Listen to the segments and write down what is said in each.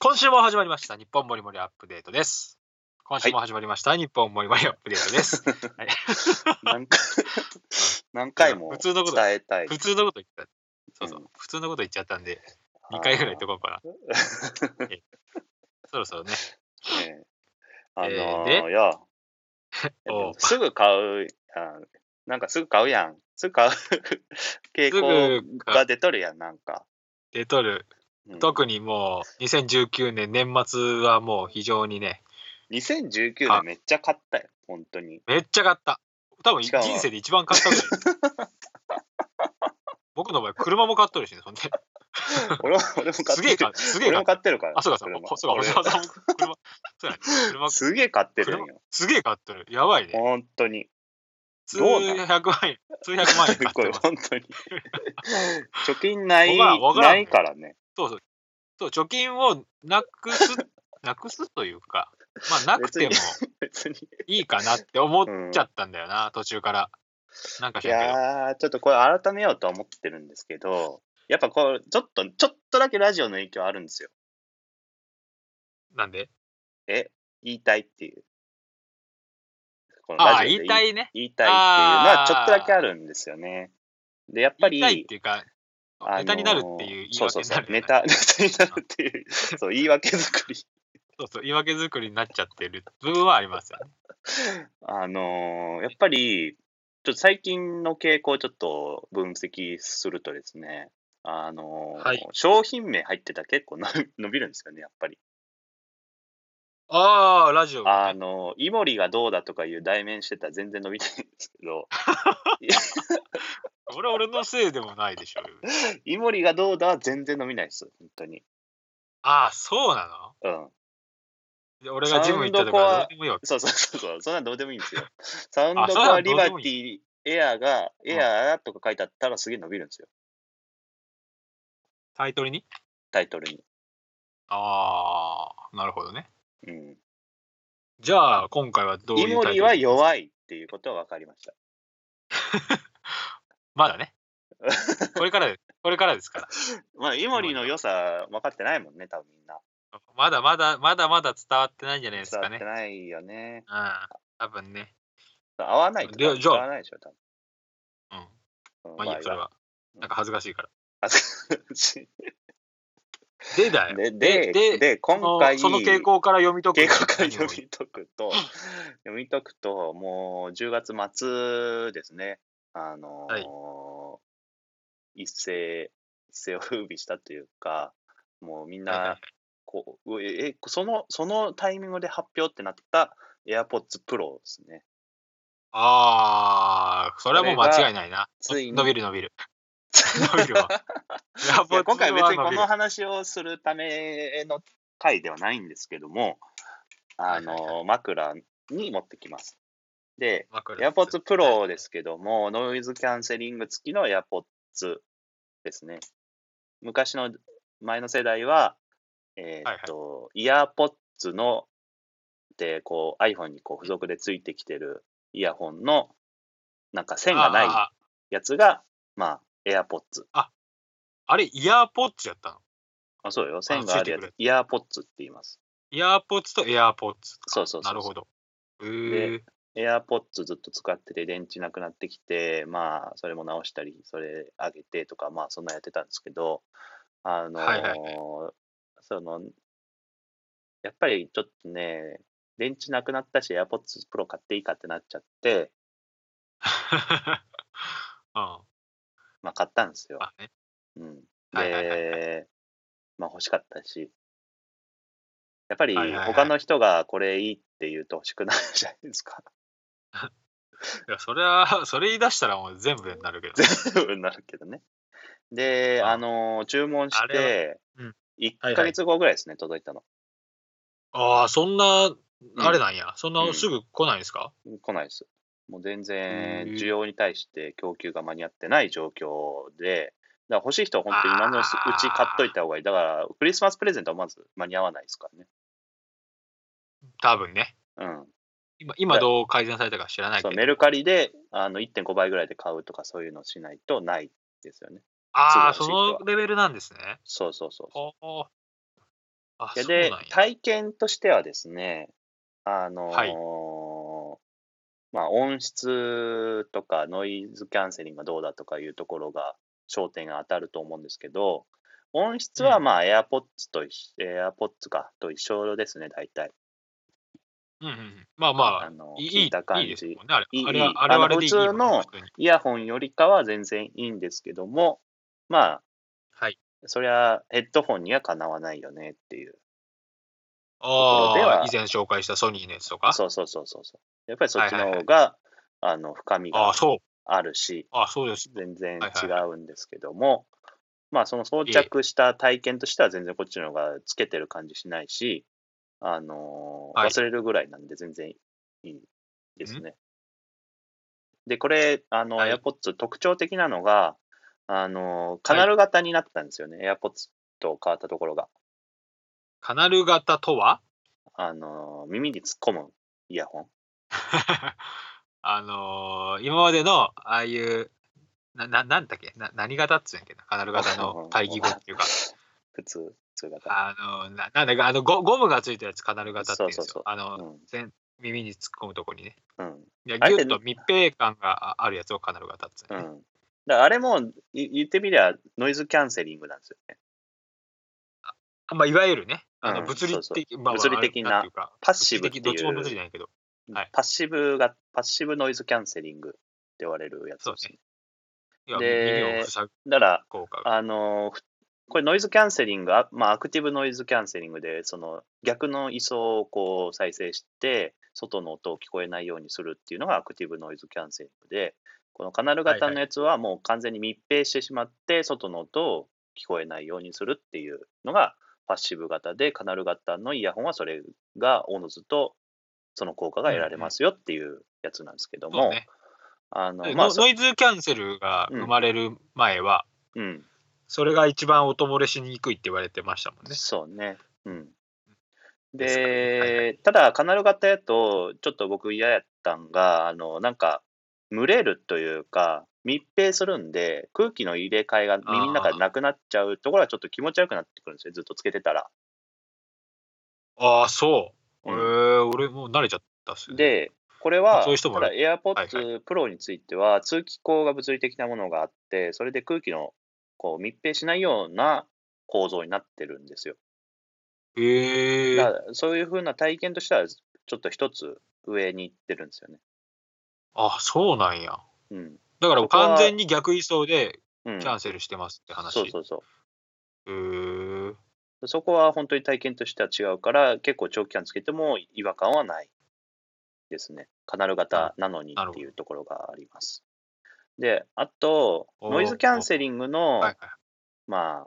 今週も始まりました日本もりもりアップデートです。今週も始まりました、日本もりもりアップデートです。はい何回何回も普伝通のことだえたい。普通のこと言っちゃった。そうそう、う普通のこと言っちゃったんで、2回ぐらい言っとこうかな。 そろそろね。ねあのえーーいや、 おうすぐ買うあ、なんかすぐ買うやん。すぐ買う 傾す向ぐが出とるやん、なんか。出とる。うん特にもう、2019年年末はもう非常にね、 2019年めっちゃ買ったよ、本当に。めっちゃ買った。多分しか人も生で一番買ったぐらい。 僕の場合、車も買っとるしね、そんで。俺も俺 も買すっげえて買るっ。すげえ俺買っも買ってるから。あ、そうか、そうか、車ほそうか、星俺川さんも車、そうやね、車、 すげえ買ってるんよ。すげえ買ってる。やばいね。本当に。数どうなん百万円、数 百万円買っこて れます。本当 に。貯金ない、わからんわからんないからね。そうそう。そう、貯金をなくす、 なくすというか、まあ、なくても別に。いいかなって思っちゃったんだよな、途中から。なんかいしらんけど。やー、ちょっとこれ改めようとは思ってるんですけど、やっぱこう、ちょっと、ちょっとだけラジオの影響あるんですよ。なんでえ言いたいっていう。このああ、ラジオで言いたいね。言いたいっていうのはちょっとだけあるんですよね。で、やっぱ言り、いたいっていうか、あのーネタになるっていう言いそう訳そうになそうる、。ネ。タ、ネタになるっていう、そう、言い訳作り。そうそう、言い訳作りになっちゃってる部分はありますよね。あのーやっぱり、ちょっと最近の傾向をちょっと分析するとですね、あのーはい商品名入ってたら結構な伸びるん ですよね、やっぱり。ああ、ラジオ、ね。あのーイモリがどうだとかいう題名してたら全然伸びてないんですけど、俺、俺のせいでもないでしょうよ。イモリがどうだは全然伸びないです、本当に。ああ、そうなのうん。で俺がジム行ったとかどうでもいいわけ。そうそうそうそう、そんなんどうでもいいんですよ。サウンドあそうなコのアリバテどうでもィエアが、んエアとか書いてあったらすげえ伸びるんですよ、タイトルにタイトルに。ああ、なるほどね。うん、じゃあ、今回はどういイうモタイトルリは弱いっていうことは分かりました。ま だね。これからで、これからですから。まあ、イモリの良さ分かってないもんね、多分みんな。まだまだ、まだまだ伝わってないんじゃないです伝わかっねて。ないよね。うん。多分ね。合わないとでじ伝ゃあわらないでしょ、多うん。分。まあいいよ、それは。なんか恥ずかしいから。恥ずかしいでだよ。 で、で、で、その今回、その傾向から読み 解く。警告会読み解くと、読み解くと、もう10月末ですね、あのーはい一世、一世を風靡したというか、もうみんはいはいは、ないこう、うえ、えその、そのタイミングで発表ってなった AirPods Pro ですね。ああ、それはもう間違いないな。それがついに伸びる伸 びる。伸びるわ。いや今回は別にこの話話をするための回ではないんですけども、あのーはいはい枕に持ってきます。で、AirPods Pro ですけども、ノイズキャンセリング付きの AirPods ですね。昔の前の世代は、えーっと、イヤーポッツの、で、こう iPhone にこう付属で付いてきてるイヤホンの、なんか線がないああやつが、まあ、AirPods。あれ、イヤーポッツやったのあ、そうよ。線があるやついてくるつ。イヤーポッツって言います。イヤーポッツとエアーポッツ。そうそうそうそなう。るほど。へ ーエアポッツずっと使ってて、電池なくなってきて、まあ、それも直したり、それあげてとか、まあ、そんなやってたんですけど、あのーはいはいその、やっぱりちょっとね、電池なくなったし、エアポッツプロ買っていいかってなっちゃって、うん。まあ、買ったんですよ。まあね。うん。はいはいはいはで、まあ、欲しかったし、やっぱりはいはいはい他の人がこれいいって言うと欲しくなるじゃないですか。いや、それは、それ言い出したらもう全部になるけど。になるけどね。で、ああのー注文しあてはうん、 1はいはいヶ月後ぐらいですね、届いたの。ああ、そんな、あれなんや。そんなうんすぐ来ないんですか来ないです。もう全然へー需要に対して供給が間に合ってない状況で、だから欲しい人は本当に今のうあーち買っといた方がいい。だから、クリスマスプレゼントはまず間に合わないですからね。多分ね。うん。今、今どう改善されたか知らないけそうど。メルカリであの1.5倍ぐらいで買うとかそういうのしないとないですよね。ああ、素そ晴らしい人はのレベルなんですね。そうそうそう。ほう。あ、でそうなんや。体験としてはですね、あのーはいまあ、音質とかノイズキャンセリングがどうだとかいうところが焦点が当たると思うんですけど、音質はうんまあ AirPods と一、AirPods かと一緒ですね、大体。うんうんうん。まあまあ、あのいい、聞いた感いいですじ。もんね。あれ、いいあれは、あれはあれでいいもんねあの普普通にイヤホンよりかは全然いいんですけども、まあ、はい。そりゃヘッドホンにはかなわないよねっていう。ころであはあ、以前紹介したソニーのやつとか。そうそうそうそうそう。やっぱりそっちのはいはいは方いが、あの深みあがあ、そう。あるし、ああ、そうです。全然はい違はうんですけども、まあその装着した体験としては全然こっちの方がつけてる感じしないし、あのーはい忘れるぐらいなんで全然いいですね。で、これ、あの、はい AirPods 特徴的なのが、あのーカナル型になったんですよね、AirPods と変わったところが。カナル型とは あのー耳に突っ込むイヤホン。あのー今までの、ああいう、な、な、なんだっけな、何型っつうんやっけな。カナル型の対義語っていうか。普通、普通型。あの、ななんだか、あのゴ、ゴムがついたやつ、カナル型っていうんですよ。そうそうそうあうの、ん全耳に突っ込むとこにね。うんいやあれギっュてッと密閉感がああるやつをカナル型っつううね、ん。だからあれもい言ってみりゃノイズキャンセリングなんですよね。あまあ、いわゆるね、あうのん物理そうそう的、まあ、物理的ななんていうかパッシブっていう物理的どっちも物理なんやけど。はいパッシブが、パッシブノイズキャンセリングって言われるやつですね。いやで耳を塞ぐだから、効果が。あのーふこれノイズキャンセリング、あまあ、アクティブノイズキャンセリングで、その逆の位相をこう再生して、外の音を聞こえないようにするっていうのがアクティブノイズキャンセリングで、このカナル型のやつはもう完全に密閉してしまって、外の音を聞こえないようにするっていうのがパッシブ型で、カナル型のイヤホンはそれがおのずとその効果が得られますよっていうやつなんですけどそうも、ね、あの、でまあ、ノそノイズキャンセルが生まれる前は、うん、それが一番音漏れしにくいって言われてましたもんね。そうね。うん。ですかねはいはで、ただ、カナル型やと、ちょっと僕嫌やったんが、あの、なんか、蒸れるというか、密閉するんで、空気の入れ替えが耳の中でなくなっちゃうところはちょっと気持ち悪くなってくるんですよ、ずっとつけてたら。ああ、そう。うんえー俺もう慣れちゃったっすね。で、これあは、そういう人もただい AirPods Pro については、通気口が物理的なものがあって、それで空気のこう密閉しないような構造になってるんですよ。へえだからそういうふうな体験としては、ちょっと一つ上に行ってるんですよね。あ、そうなんや。うん。だからそこは完全に逆位相でうんキャンセルしてますって話。そうそうそへーう。そこは本当に体験としては違うから、結構長期間つけても違和感はないですね。カナル型なのになるっほどていうところがあります。で、あと、おーノイズキャンセリングの、はいはい。まあ、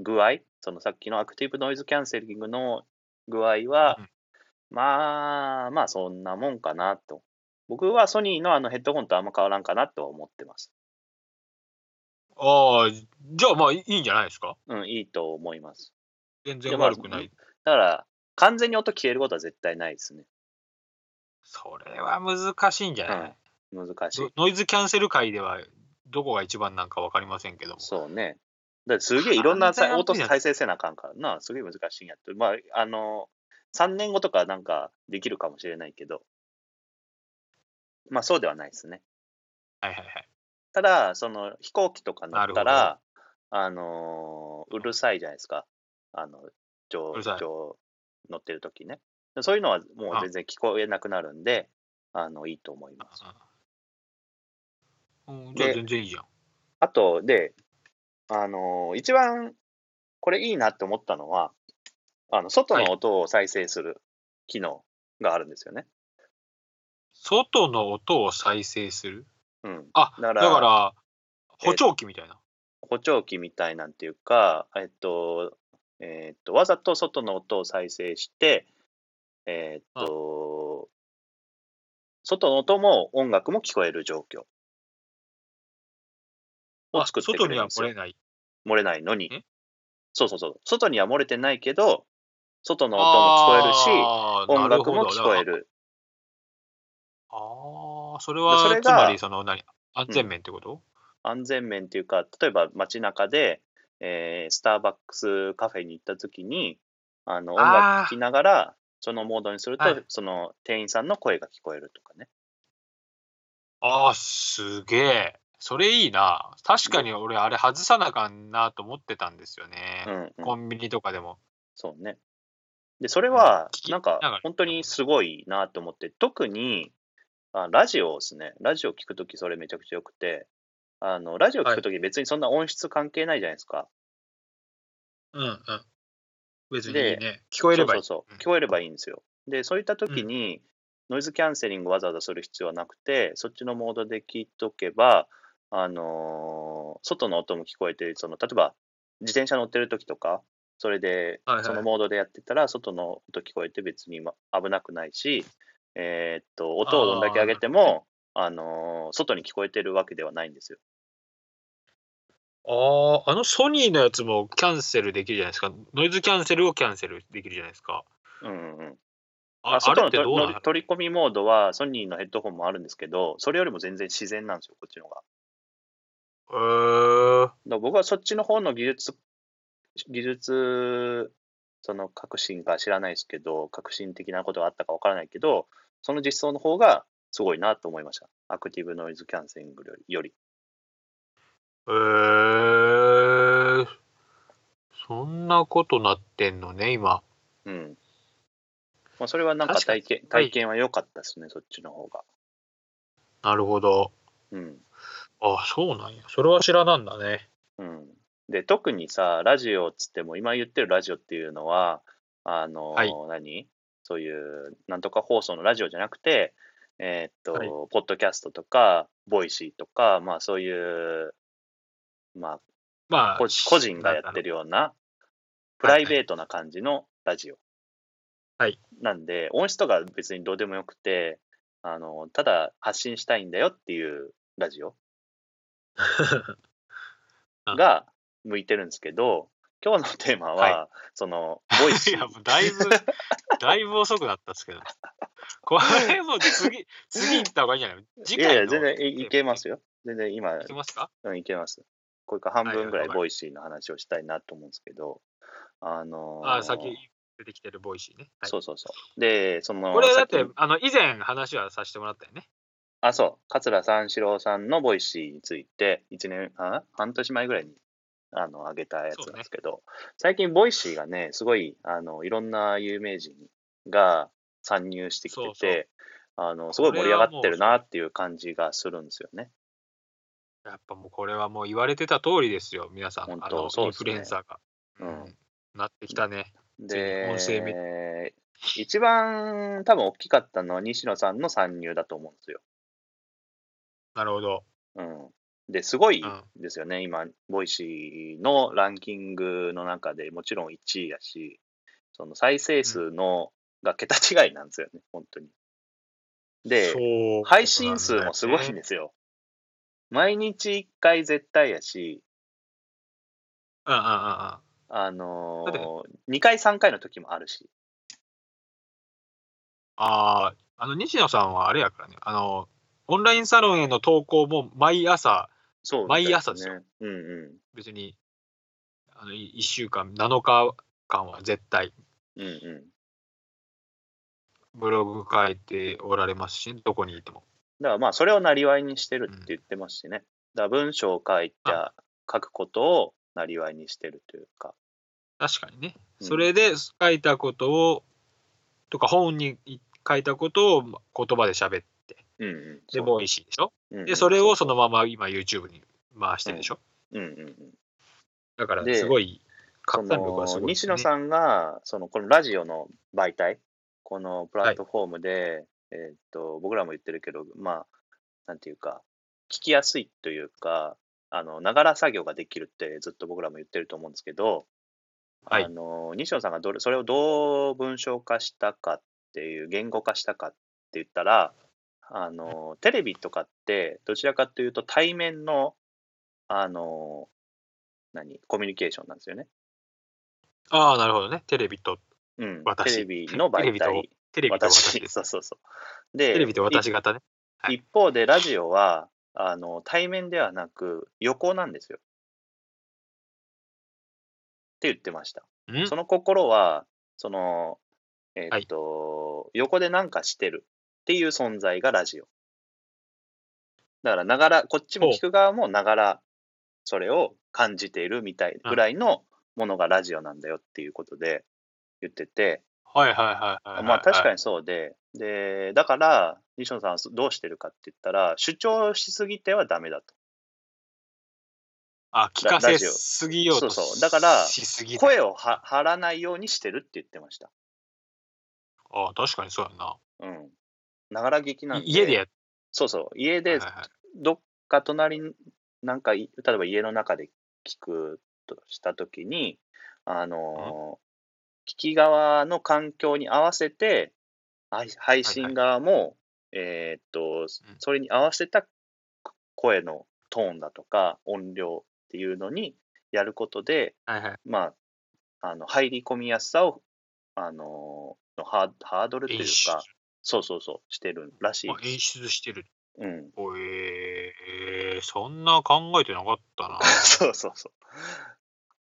具合、そのさっきのアクティブノイズキャンセリングの具合は、うんまあ、まあそんなもんかなと。僕はソニーのあのヘッドホンとあんま変わらんかなとは思ってます。ああ、じゃあまあいいんじゃないですかうん、いいと思います。全いや然まあ悪くない。だから、完全に音消えることは絶対ないですね。それは難しいんじゃない、うん、難しいノ。ノイズキャンセル界ではどこが一番なんか分かりませんけども。そうね。だってすげえいろんなさ完全アップ音じゃん再生せなあかんからな、すげえ難しいんやって。まあ、あの、3年後とかなんかできるかもしれないけど、まあそうではないですね。はいはいはい。ただ、その飛行機とか乗ったなら、あのーうるさいじゃないですか。あの、乗うるさい乗乗ってる時ね。そういうのはもうあ全然聞こえなくなるんで、あの、いいと思います。うんうんじゃあで全然いいじゃん。あと、で、あのー一番これいいなって思ったのは、あの外の音を再生する機能があるんですよね。外の音を再生するうん。あだかだらから補聴器みたいな。補聴器みたいなんていうか、えっと、えっと、わざと外の音を再生して、えっと、外の音も音楽も聞こえる状況をあ作って外くにれるんはです漏よれ。ない。漏れないのにん。そうそうそう。外には漏れてないけど、外の音も聞こえるし、あー音楽もな聞ほどこえる。ああ、それそはれがつまりその何安全面ってこと、安全面っていうか、例えば街中で、えースターバックスカフェに行った時に、あの、音あー楽聴きながら、そのモードにすると、はいその店員さんの声が聞こえるとかね。ああ、すげえ。それいいな。確かに俺、あれ外さなあかんなと思ってたんですよね。うん、うん。コンビニとかでも。そうね。で、それは聞、きなんかながら、本当にすごいなと思って、特に、あラジオですね。ラジオ聞くときそれめちゃくちゃよくて、あの、ラジオ聞くとき別にそんな音質関係ないじゃないですか。うんうん。別にいいでね。聞こえればいい。そうそうそうう。聞こえればいいんですよ。で、そういった時に、ノイズキャンセリングわざわざする必要はなくて、そっちのモードで聞いとけば、あのー外の音も聞こえて、その例えば自転車乗ってる時とか、それではいはいそのモードでやってたら、外の音聞こえて別にま危なくないし、えーっと音をどんだけ上げても、あのー外に聞こえてるわけではないんですよ。ああ、あのソニーのやつもキャンセルできるじゃないですか。ノイズキャンセルをキャンセルできるじゃないですか。うんうんうん、ああ外れのってとどうなのの取り込みモードはソニーのヘッドホンもあるんですけど、それよりも全然自然なんですよ、こっちの方が。えー、だから僕はそっちの方の技術、技術、その革新か知らないですけど、革新的なことがあったかわからないけど、その実装の方がすごいなと思いました。アクティブノイズキャンセリングより。よりえー、そんなことなってんのね、今。うん。まあ、それはなんか確か体に験、はい体験は良かったですね、そっちの方が。なるほど。うん。あ、そうなんや。それは知らなんだね。うん。で、特にさ、ラジオっつっても、今言ってるラジオっていうのは、あの、はい何そういう、なんとか放送のラジオじゃなくて、えーっと、はいポッドキャストとか、ボイシーとか、まあそういう、ままあ、あ、こ個人がやってるような、プライベートな感じのラジオ。はい。なんで、音質とか別にどうでもよくて、あの、ただ発信したいんだよっていうラジオ。 うんが向いてるんですけど、今日のテーマは、はその、ボイ シいや、ー。もうだいぶ、だいぶ遅くなったんですけど。これもう次、次行った方がいいんじゃない次いや回いや、の全然いいけますよ。全然今、いけますかうんいけます。これから半分ぐらはいはいいわかるボイシーの話をしたいなと思うんですけど、あのーあ、先出てきてるボイシーね。はい、そうそうそう。で、その、これだってさき、あの、以前話はさせてもらったよね。あ、そう、桂三四郎さんのボイシーについて、1年、あ半年前ぐらいに、あの、上げたやつなんですけど、最近、ボイシーがね、すごい、あの、いろんな有名人が参入してきてそて、うそうあの、すごい盛り上がってるなっていう感じがするんですよね。やっぱもうこれはもう言われてた通りですよ、皆さん。本当あの、そうインですフねルエンサーが。うんなってきたね。で、音声メ一番多分大きかったのは西野さんの参入だと思うんですよ。なるほど。うん、で、すごいうんですよね、今、ボイシーのランキングの中でもちろん1位やし、その再生数の、が桁違いなんですよね、本当に。で、そう配信数もすごいんですよ。毎日1回絶対やし、うんうんうんうん。あのだって2回、3回の時もあるし、ああ、あの、西野さんはあれやからね、あの、オンラインサロンへの投稿も毎朝、そう、毎朝ですよね。うんうん別に、あの、い1週間、7日間は絶対、うんうん、ブログ書いておられますし、どこにいても。だからまあそれをなりわいにしてるって言ってますしね。だから文章を書いてあ書くことをなりわいにしてるというか。確かにね。うんそれで書いたことを、とか本に書いたことを言葉で喋って、うんうん、で、そうボイシーでしょうんうんで、それをそのまま今 YouTube に回してるでしょうんうんうん、だから、ですごい、そ拡散力はすのごいです西ね。野さんがそのこのラジオの媒体、このプラットフォームで、えーっと僕らも言ってるけど、まあ、なんていうか、聞きやすいというか、あのながら作業ができるってずっと僕らも言ってると思うんですけど、はいあの西野さんがどれそれをどう文章化したかっていう、言語化したかって言ったら、あのテレビとかって、どちらかというと対面の、あの何コミュニケーションなんですよね。ああ、なるほどね。テレビと、うん、私テレビのテレ媒ビと体、テレビと私私 で、す。そうそうそう。で、テレビと私い型ね。はい一方でラジオはあの対面ではなく横なんですよ。って言ってました。うんその心はその、えーっと、横でなんかしてるっていう存在がラジオ。だから、ながら、こっちも聞く側もながら、それを感じているみたいうんぐらいのものがラジオなんだよっていうことで言ってて、はいはいはいはいはい。まあ確かに。にそうで、で、だから、西野さんはどうしてるかって言ったら、主張しすぎてはダメだと。あ、聞かせすぎようとそうそうだからしすぎだ声をは張らないようにしてるって言ってました。あ確かにそうやな。うん。ながら聞きなんい家でやっそうそう。家て。はでいはいはいどっか隣に、なんかい、例えば家の中で聞くとしたときに、あのー聞き側の環境に合わせて、配配信側も、えーっと、それに合わせた声のトーンだとか、音量っていうのにやることで、はいはい。まあ、あの入り込みやすさを、あのーのハーハードルという演出か、そうそうそう、してるらしいあで演す。出してる。うん、おえー、そんな考えてなかったな。 そうそうそう。っ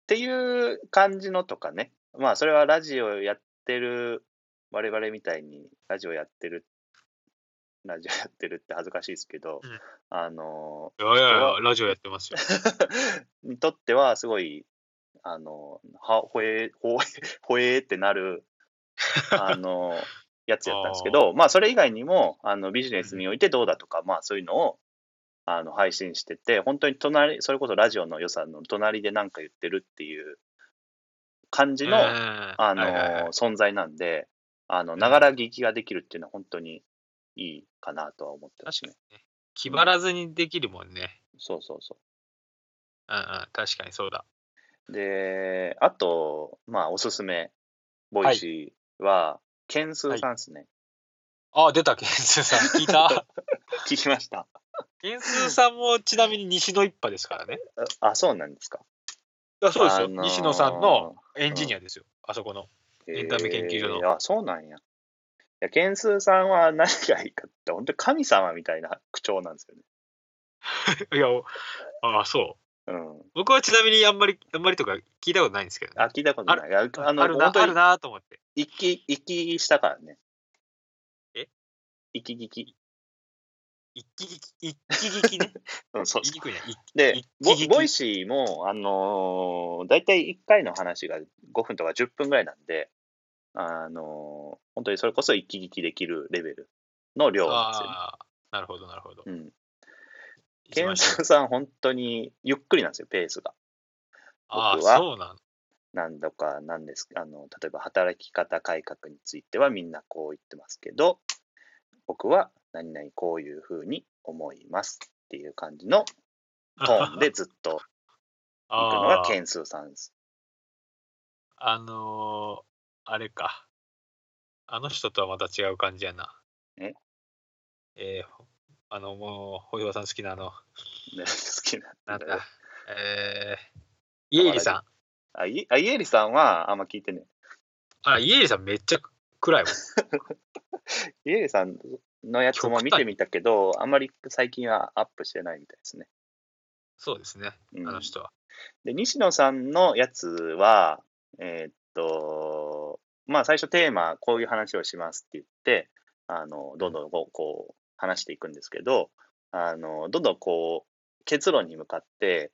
ていう感じのとかね。まあ、それはラジオやってる、我々みたいにラジオやってる、ラジオやってるって恥ずかしいですけど、うんあのいやい やいや、ラジオやってますよ。ー にとってはすごい、あのーは、ほえ、ほえ、 ほえってなる、あのーやつやったんですけど、まあ、それ以外にも、あの、ビジネスにおいてどうだとか、まあ、そういうのを、あの配信してて、本当に隣、それこそラジオの予算の隣で何か言ってるっていう感じの、うんあのはいはいはい存在なんで、あの、んながら聞きができるっていうのは本当にいいかなとは思ってます確かにね。ね。気張らずにできるもんね。そうそうそうんうん、確かにそうだ。う。で、あと、まあ、おすすめ、ボイシーは、ケンスーさんですね。あ、出た、ケンスーさん。聞いた。聞きました。ケンスーさんもちなみに西の一派ですからね。あ、あそうなんですか。あそうですよ、あのー西野さんのエンジニアですよ。あそこの。エンタメ研究所のえーあ、そうなんや。いや、ケンスーさんは何がいいかって、本当に神様みたいな口調なんですよね。いや、おああ、そう。うん。僕はちなみにあんまり、あんまりとか聞いたことないんですけどね、あ、聞いたことない。いやああの、るな、本あ当るになと思って。一気、一気したからね。え一気聞き。一気聞き、一気聞きね。うん、そう言いにくいね。一で一ボ気聞き、ボイシーも、あのー、大体1回の話が5分とか10分ぐらいなんで、あのー、本当にそれこそ一気聞きできるレベルの量なんですよね。ああ、なるほど、なるほど。うん。一ケ番ン下スーさん、本当にゆっくりなんですよ、ペースが。ああ、僕はそうなの。何度かなんですあの例えば働き方改革についてはみんなこう言ってますけど僕は何々こういうふうに思いますっていう感じのトーンでずっといくのあがあケンスーさんです。あのー、あれか。あの人とはまた違う感じやな。ええー、ほあの、もう、ほいわさん好きなあの、ね好きななんだよだ、えー、家入さん。あいあイエリさんはあんま聞いてねあ、家入さんめっちゃ暗いもん。イエリさんのやつも見てみたけどあんまり最近はアップしてないみたいですね。そうですね、うんあの人は。で西野さんのやつはえーっとまあ最初テーマこういう話をしますって言ってあのどんどんこうこう話していくんですけどあのどんどんこう結論に向かって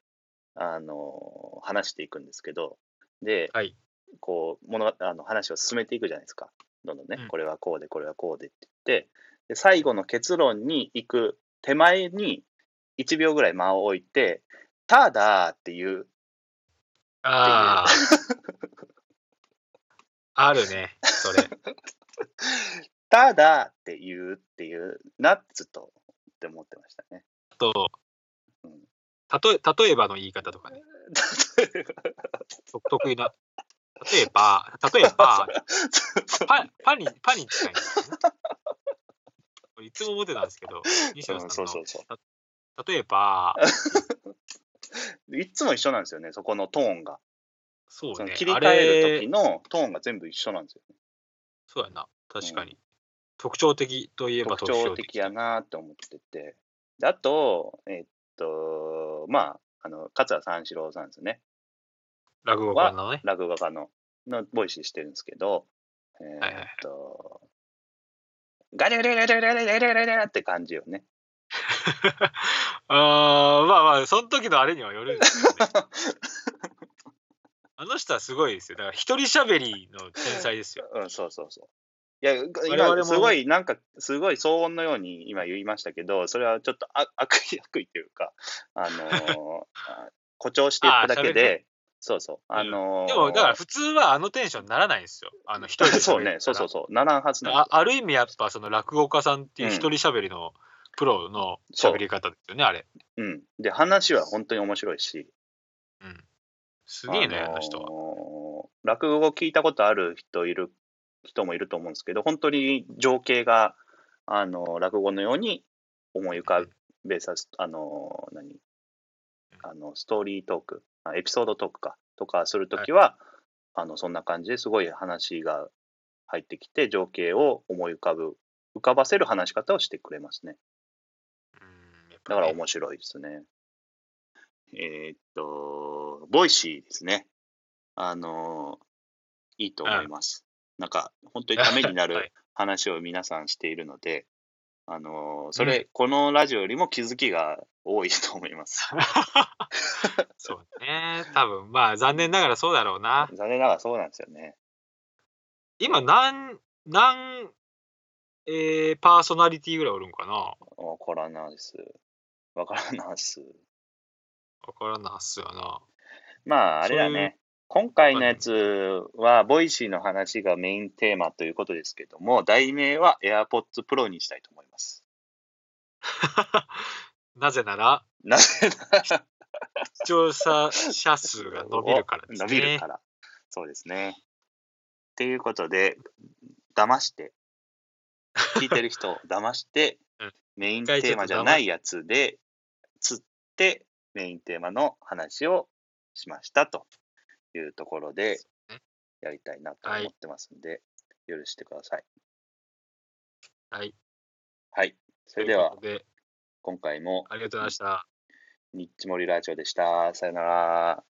あの話していくんですけどで、はいこう物語あの話を進めていくじゃないですかどんどんね、うんこれはこうでこれはこうでって言ってで最後の結論に行く手前に1秒ぐらい間を置いて「ただ」っていうああ。あるね、それ。ただって言うっていうなってずっとって思ってましたね。あとうん、たとえ例えばの言い方とかね、と得意な。例えば、例え ば、パパに、パに近いんですよね。これいつも思ってたんですけど、西う野んさんの、そうそうそ例えば、う。いつも一緒なんですよね、そこのトーンが。そうそのね、切りあ替える時れ、のトーンが全部一緒なんですよ。そうやな、確かに。特徴的といえば特特徴徴的的。やなって思ってて。であと、えっと、まあ、あの桂三四郎さんですね、落語家のね。落語家の。のボイシーしてるんですけど、えはいはーいっと、ガリガリガリガリガリガリガリガリって感じよね。あーまあまあ、その時のあれにはよ るんですけどね。あの人はすごいですよ。だから一人喋りの天才 ですよ。うん、そうそうそう。いや、々今もすごい、なんか、すごい騒音のように今言いましたけど、それはちょっとあ悪意、悪意というか、あのーあ誇張していくだけあー喋るで、そうそう、あのーでも、だから普通はあのテンションにならないんですよ。あの一人で喋る そうね、そうそうそう、ならんはずなんあある意味やっぱその落語家さんっていう一人喋りのプロの喋り方ですよね、あれ。うん。で、話は本当に面白いし、うん。すげえね、ああのーの人は。落語聞いたことある人いる人もいると思うんですけど、本当に情景が、あのー落語のように思い浮かべさす、あのー何あの、ストーリートーク、あエピソードトークか、とかするときは、あの、そんな感じですごい話が入ってきて、情景を思い浮かぶ、浮かばせる話し方をしてくれますね。うんやっぱだからね面白いですね。えーっと、ボイシーですね。あのーいいと思います。なんか、本当にためにな はるい話を皆さんしているので、あのーそれ、うこのラジオよりも気づきが多いと思 います。そうね、多分まあ残念ながらそうだろうな。残念ながらそうなんですよね。今何、何、えーパーソナリティぐらいおるんかなわわからないです。わからないです。からないっすよな。まあ、あれだそういうね。今回のやつは、ボイシーの話がメインテーマということですけども、題名は AirPods Pro にしたいと思います。な ぜなら、なぜなら、視聴者者数が伸びるからですね。伸びるから。そうですね。っていうことで、騙して、聞いてる人を騙して うん、メインテーマじゃないやつで、釣って、メインテーマの話をしましたというところでそうね、やりたいなとはい思ってますんで、許してください。はい。はい。そとれいでうはこ、とで、今回もありがとうございました。ニッチモリラジオでした。さよなら。